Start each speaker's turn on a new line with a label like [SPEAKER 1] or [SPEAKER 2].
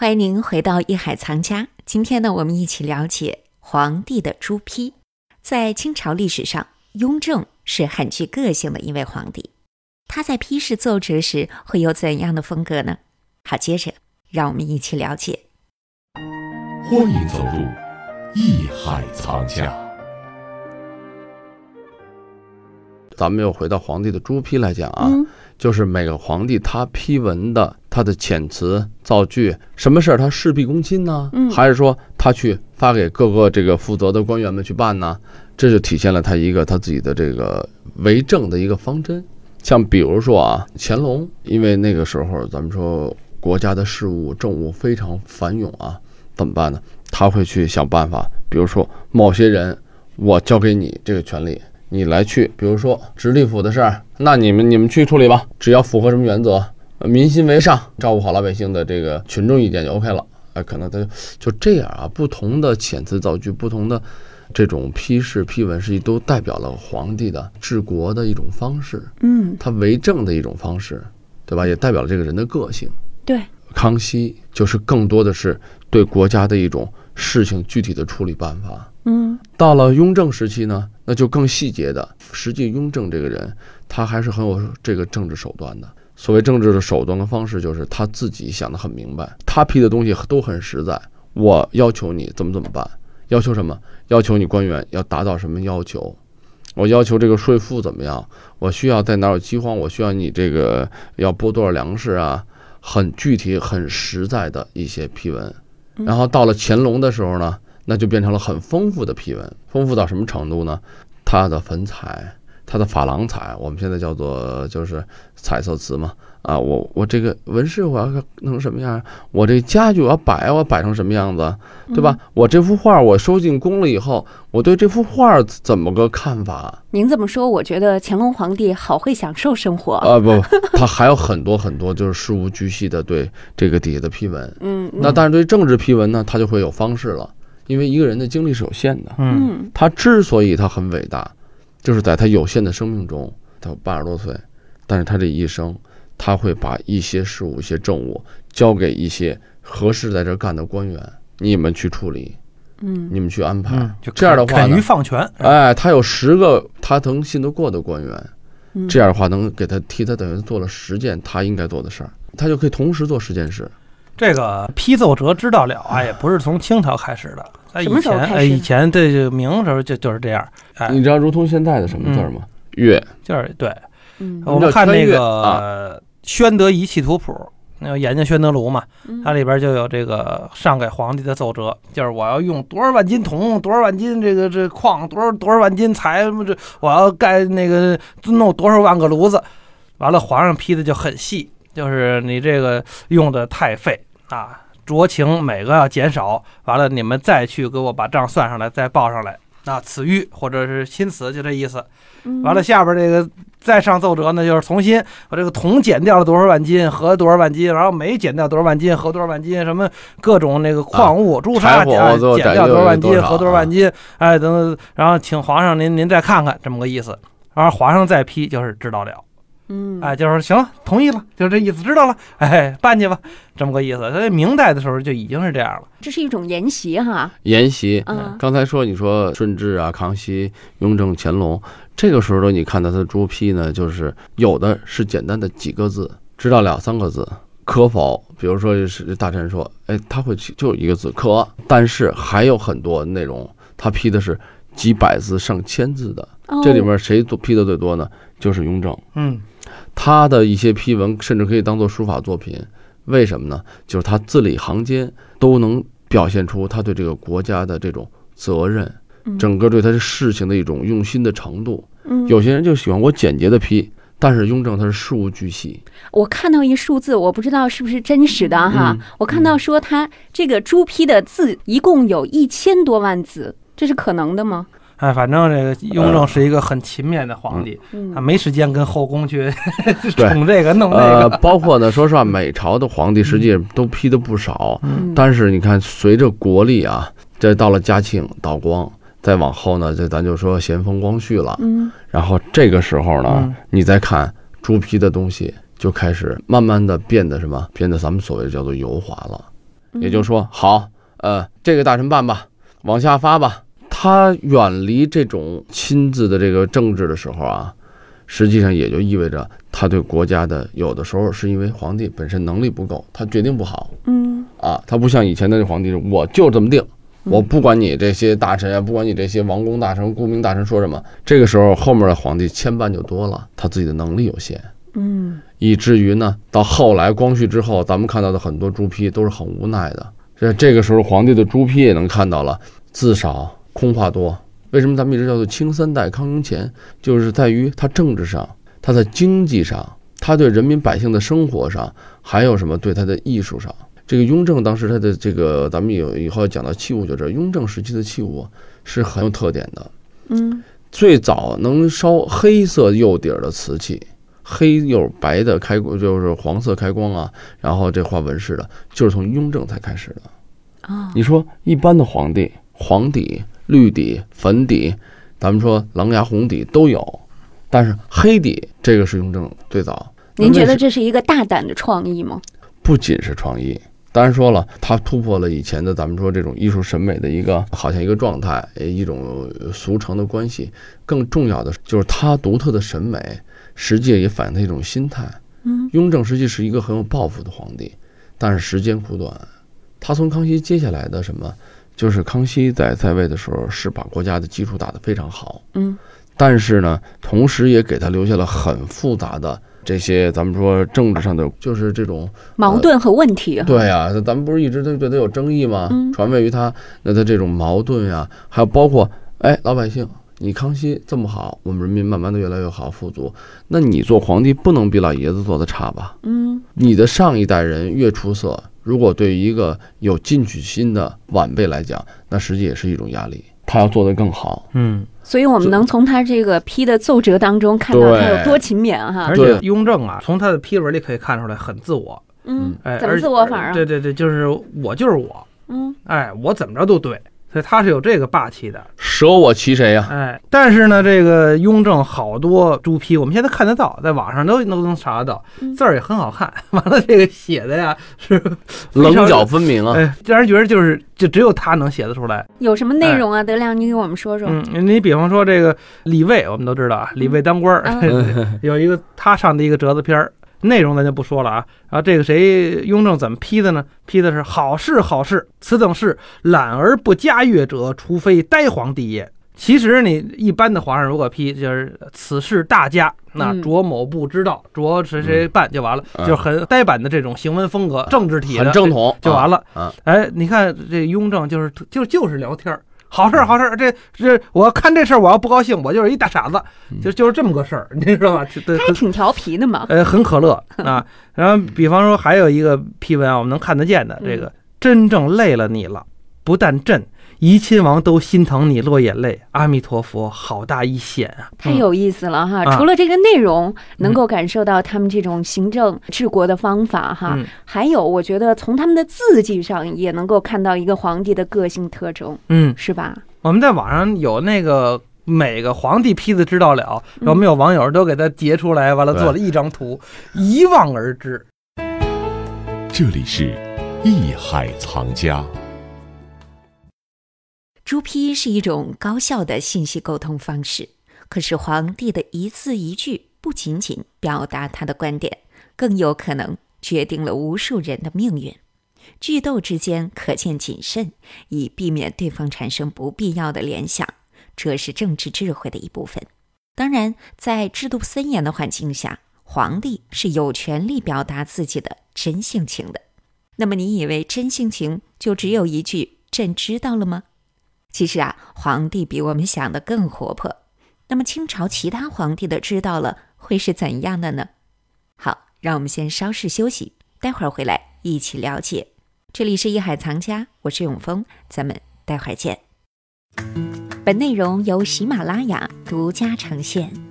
[SPEAKER 1] 欢迎您回到《艺海藏家》。今天呢，我们一起了解皇帝的朱批。在清朝历史上，雍正是很具个性的一位皇帝。他在批示奏折时会有怎样的风格呢？好，接着让我们一起了解。
[SPEAKER 2] 欢迎走入《艺海藏家》。
[SPEAKER 3] 咱们又回到皇帝的朱批来讲啊，
[SPEAKER 1] 嗯
[SPEAKER 3] 就是每个皇帝他批文的他的遣词造句，什么事儿他事必躬亲呢？
[SPEAKER 1] 嗯
[SPEAKER 3] 还是说他去发给各个这个负责的官员们去办呢？这就体现了他一个他自己的这个为政的一个方针。像比如说啊，乾隆，因为那个时候咱们说国家的事务政务非常繁冗啊，怎么办呢？他会去想办法，比如说某些人，我交给你这个权利，你来去，比如说直隶府的事儿，那你们你们去处理吧，只要符合什么原则，呃民心为上，照顾好老百姓的这个群众意见就 OK 了。哎，可能他就就这样啊，不同的遣词造句，不同的这种批示批文，实际都代表了皇帝的治国的一种方式，
[SPEAKER 1] 嗯，
[SPEAKER 3] 他为政的一种方式，对吧？也代表了这个人的个性。
[SPEAKER 1] 对，
[SPEAKER 3] 康熙就是更多的是对国家的一种事情具体的处理办法。
[SPEAKER 1] 嗯
[SPEAKER 3] 到了雍正时期呢，那就更细节的。实际雍正这个人，他还是很有这个政治手段的。所谓政治的手段跟方式，就是他自己想得很明白，他批的东西都很实在。我要求你怎么怎么办，要求什么？要求你官员要达到什么要求？我要求这个税负怎么样？我需要在哪儿有饥荒？我需要你这个要拨多少粮食啊？很具体、很实在的一些批文。然后到了乾隆的时候呢，那就变成了很丰富的批文，丰富到什么程度呢？它的粉彩，它的珐琅彩，我们现在叫做就是彩色瓷嘛。啊，我我这个纹饰我要弄成什么样儿？我这家具我要摆，我要摆成什么样子，对吧？我这幅画我收进宫了以后，我对这幅画怎么个看法？
[SPEAKER 4] 您这么说，我觉得乾隆皇帝好会享受生活。
[SPEAKER 1] 哦
[SPEAKER 3] 啊，不，他还有很多很多就是事无巨细的对这个底下的批文。
[SPEAKER 4] 嗯
[SPEAKER 3] 那但是对政治批文呢，他就会有方式了，因为一个人的精力是有限的。
[SPEAKER 2] 嗯，
[SPEAKER 4] 嗯
[SPEAKER 3] 他之所以他很伟大，就是在他有限的生命中，他八十多岁，但是他这一生，他会把一些事务、一些政务交给一些合适在这干的官员，你们去处理，
[SPEAKER 4] 嗯
[SPEAKER 3] 你们去安排。
[SPEAKER 2] 嗯，就
[SPEAKER 3] 这样的话
[SPEAKER 2] 肯
[SPEAKER 3] 呢
[SPEAKER 2] 于放权，
[SPEAKER 3] 哎，他有十个他能信得过的官员，
[SPEAKER 4] 嗯，
[SPEAKER 3] 这样的话能给他替他等于做了十件他应该做的事儿，他就可以同时做十件事。
[SPEAKER 2] 这个批奏折知道了啊，也不是从清朝开始的，在以
[SPEAKER 4] 什么时候
[SPEAKER 2] 前，
[SPEAKER 4] 开始
[SPEAKER 2] 哎，以前这个明时候就就是这样，哎
[SPEAKER 3] 你知道如同现在的什么字儿吗？月。
[SPEAKER 2] 就是对。
[SPEAKER 4] 嗯
[SPEAKER 1] 哦
[SPEAKER 2] 我们看
[SPEAKER 3] 叫穿
[SPEAKER 2] 那
[SPEAKER 3] 越
[SPEAKER 2] 个《宣德仪器图谱》，那个研究宣德炉嘛，
[SPEAKER 4] 嗯
[SPEAKER 2] 它里边就有这个上给皇帝的奏折，就是我要用多少万斤铜，多少万斤这个这矿，多少多少万斤柴，这我要盖那个弄多少万个炉子。完了，皇上批的就很细，就是你这个用的太费啊，酌情每个要减少。完了，你们再去给我把账算上来，再报上来。啊，此玉或者是新词，就这意思。完了，，下边这个再上奏折呢，就是重新把这个铜减掉了多少万斤，合多少万斤，然后煤减掉多少万斤，合多少万斤，什么各种那个矿物、朱砂
[SPEAKER 3] 啊柴火
[SPEAKER 2] 减哎
[SPEAKER 3] 最后
[SPEAKER 2] 减
[SPEAKER 3] 斩
[SPEAKER 2] 掉
[SPEAKER 3] 掉
[SPEAKER 2] 多少万
[SPEAKER 3] 多
[SPEAKER 2] 斤，
[SPEAKER 3] 少啊
[SPEAKER 2] 合多少万斤，哎，等等，然后请皇上您您再看看这么个意思，然后皇上再批就是知道了。
[SPEAKER 4] 嗯
[SPEAKER 2] 哎，就是行了，同意了，就这意思，知道了，哎，办去吧，这么个意思。在明代的时候就已经是这样了。
[SPEAKER 4] 这是一种研习哈，
[SPEAKER 3] 沿袭，
[SPEAKER 4] 嗯
[SPEAKER 3] 刚才说你说顺治啊、康熙、雍正、乾隆，这个时候你看到他的朱批呢，就是有的是简单的几个字，知道了三个字，可否？比如说是大臣说，哎，他会去就一个字可，但是还有很多内容，他批的是几百字、上千字的，
[SPEAKER 4] 哦
[SPEAKER 3] 这里面谁做批的最多呢？就是雍正。
[SPEAKER 2] 嗯，
[SPEAKER 3] 他的一些批文甚至可以当做书法作品，为什么呢？就是他字里行间都能表现出他对这个国家的这种责任，
[SPEAKER 4] 嗯
[SPEAKER 3] 整个对他的事情的一种用心的程度。
[SPEAKER 4] 嗯
[SPEAKER 3] 有些人就喜欢我简洁的批，但是雍正他是事无巨细，
[SPEAKER 4] 我看到一数字，我不知道是不是真实的哈。
[SPEAKER 3] 嗯
[SPEAKER 4] 我看到说他这个朱批的字一共有一千多万字，这是可能的吗？
[SPEAKER 2] 哎，反正这个雍正是一个很勤勉的皇帝，
[SPEAKER 4] 嗯
[SPEAKER 2] 他没时间跟后宫去 宠这个弄那个。
[SPEAKER 3] 呃，包括呢，说实话，每朝的皇帝实际都批的不少，
[SPEAKER 2] 嗯
[SPEAKER 3] 但是你看，随着国力啊，这到了嘉庆、道光，再往后呢，这咱就说咸丰、光绪了。
[SPEAKER 4] 嗯
[SPEAKER 3] 然后这个时候呢，
[SPEAKER 2] 嗯
[SPEAKER 3] 你再看猪皮的东西，就开始慢慢的变得什么？变得咱们所谓的叫做油滑了。也就是说，好，呃，这个大臣办吧，往下发吧。他远离这种亲自的这个政治的时候啊，实际上也就意味着他对国家的有的时候是因为皇帝本身能力不够，他决定不好
[SPEAKER 4] 嗯
[SPEAKER 3] 啊，他不像以前的皇帝，我就这么定。我不管你这些大臣啊，不管你这些王公大臣、顾命大臣说什么，这个时候后面的皇帝牵绊就多了，他自己的能力有限，
[SPEAKER 4] 嗯
[SPEAKER 3] 以至于呢，到后来光绪之后，咱们看到的很多朱批都是很无奈的。这这个时候，皇帝的朱批也能看到了，字少空话多。为什么咱们一直叫做清三代康雍乾？就是在于他政治上，他在经济上，他对人民百姓的生活上，还有什么对他的艺术上。这个雍正当时他的这个，咱们有以后讲到器物，就知道雍正时期的器物是很有特点的。
[SPEAKER 4] 嗯
[SPEAKER 3] 最早能烧黑色釉底儿的瓷器，黑釉白的开光就是黄色开光啊，然后这画纹饰的，就是从雍正才开始的。
[SPEAKER 4] 啊
[SPEAKER 3] 你说一般的皇帝，黄底、绿底、粉底，咱们说狼牙红底都有，但是黑底这个是雍正最早。
[SPEAKER 4] 您觉
[SPEAKER 3] 那为
[SPEAKER 4] 得
[SPEAKER 3] 什
[SPEAKER 4] 这是一个大胆的创意吗？
[SPEAKER 3] 不仅是创意？当然说了，它突破了以前的咱们说这种艺术审美的一个好像一个状态，呃一种俗成的关系。更重要的是就是它独特的审美，实际也反映他一种心态。
[SPEAKER 4] 嗯，
[SPEAKER 3] 雍正实际是一个很有抱负的皇帝，但是时间苦短。他从康熙接下来的什么，就是康熙在在位的时候是把国家的基础打得非常好，
[SPEAKER 4] 嗯，
[SPEAKER 3] 但是呢，同时也给他留下了很复杂的这些咱们说政治上的，就是这种
[SPEAKER 4] 矛盾和问题啊，
[SPEAKER 3] 对呀、咱们不是一直都对他有争议吗？
[SPEAKER 4] 嗯
[SPEAKER 3] 传位于他，那他这种矛盾呀、还有包括哎，老百姓，你康熙这么好，我们人民慢慢的越来越好，富足，那你做皇帝不能比老爷子做的差吧？
[SPEAKER 4] 嗯
[SPEAKER 3] 你的上一代人越出色，如果对于一个有进取心的晚辈来讲，那实际也是一种压力，他要做得更好。
[SPEAKER 2] 嗯，
[SPEAKER 4] 所以我们能从他这个批的奏折当中看到
[SPEAKER 3] 对
[SPEAKER 4] 他有多勤勉哈
[SPEAKER 2] 而。
[SPEAKER 3] 对
[SPEAKER 2] 且雍正啊，从他的批文里可以看出来很自我，
[SPEAKER 4] 嗯，
[SPEAKER 2] 哎，
[SPEAKER 4] 怎么
[SPEAKER 2] 而
[SPEAKER 4] 自我反啊
[SPEAKER 2] 对对对，就是我就是我，
[SPEAKER 4] 嗯
[SPEAKER 2] 哎，我怎么着都对，所以他是有这个霸气的。
[SPEAKER 3] 舍我其谁呀、
[SPEAKER 2] 哎，但是呢，这个雍正好多朱批，我们现在看得到，在网上都都能查得到
[SPEAKER 4] 嗯，
[SPEAKER 2] 字儿也很好看。 完了，这个写的呀是，
[SPEAKER 3] 棱角分明啊！
[SPEAKER 2] 哎，让人觉得就是就只有他能写得出来。
[SPEAKER 4] 有什么内容啊？德亮，你给我们说说。
[SPEAKER 2] 嗯，你比方说这个李卫，我们都知道啊，李卫当官儿、
[SPEAKER 3] 嗯
[SPEAKER 2] 有一个他上的一个折子片儿，内容咱就不说了啊。然后这个谁雍正怎么批的呢？批的是好事好事，此等事懒而不嘉悦者，除非呆皇帝也。其实你一般的皇上如果批就是此事大家，那
[SPEAKER 4] 嗯
[SPEAKER 2] 着某部知道，着谁谁办就完了，
[SPEAKER 3] 嗯
[SPEAKER 2] 就是很呆板的这种行文风格，政治体的
[SPEAKER 3] 很正统，
[SPEAKER 2] 就完了。
[SPEAKER 3] 啊
[SPEAKER 2] 哎，你看这雍正就是就就是聊天儿，好事
[SPEAKER 3] 嗯
[SPEAKER 2] 儿好事儿。这这我看这事儿我要不高兴，我就是一大傻子，
[SPEAKER 3] 嗯
[SPEAKER 2] 就就是这么个事儿， 你知道吧？这对
[SPEAKER 4] 他还挺调皮的嘛。
[SPEAKER 2] 呃，很可乐
[SPEAKER 3] 嗯
[SPEAKER 2] 啊。然后比方说还有一个批文啊，我们能看得见的这个，真正累了你了，不但朕。怡亲王都心疼你落眼泪，阿弥陀佛，好大一险啊！
[SPEAKER 4] 太有意思了哈！
[SPEAKER 2] 啊嗯
[SPEAKER 4] 除了这个内容，能够感受到他们这种行政治国的方法哈，
[SPEAKER 2] 嗯
[SPEAKER 4] 还有我觉得从他们的字迹上也能够看到一个皇帝的个性特征，
[SPEAKER 2] 嗯，
[SPEAKER 4] 是吧？
[SPEAKER 2] 我们在网上有那个每个皇帝批的知道了，然后我们有网友都给他截出来，完了
[SPEAKER 3] 对
[SPEAKER 2] 做了一张图，一望而知。
[SPEAKER 5] 这里是《艺海藏家》。
[SPEAKER 1] 朱批是一种高效的信息沟通方式，可是皇帝的一字一句不仅仅表达他的观点，更有可能决定了无数人的命运。句斗之间可见谨慎，以避免对方产生不必要的联想，这是政治智慧的一部分。当然，在制度森严的环境下，皇帝是有权利表达自己的真性情的。那么，你以为真性情就只有一句“朕知道了”吗？其实啊，皇帝比我们想的更活泼。那么清朝其他皇帝的知道了会是怎样的呢？好，让我们先稍事休息，待会儿回来一起了解。这里是《艺海藏家》，我是永峰，咱们待会儿见。本内容由喜马拉雅独家呈现。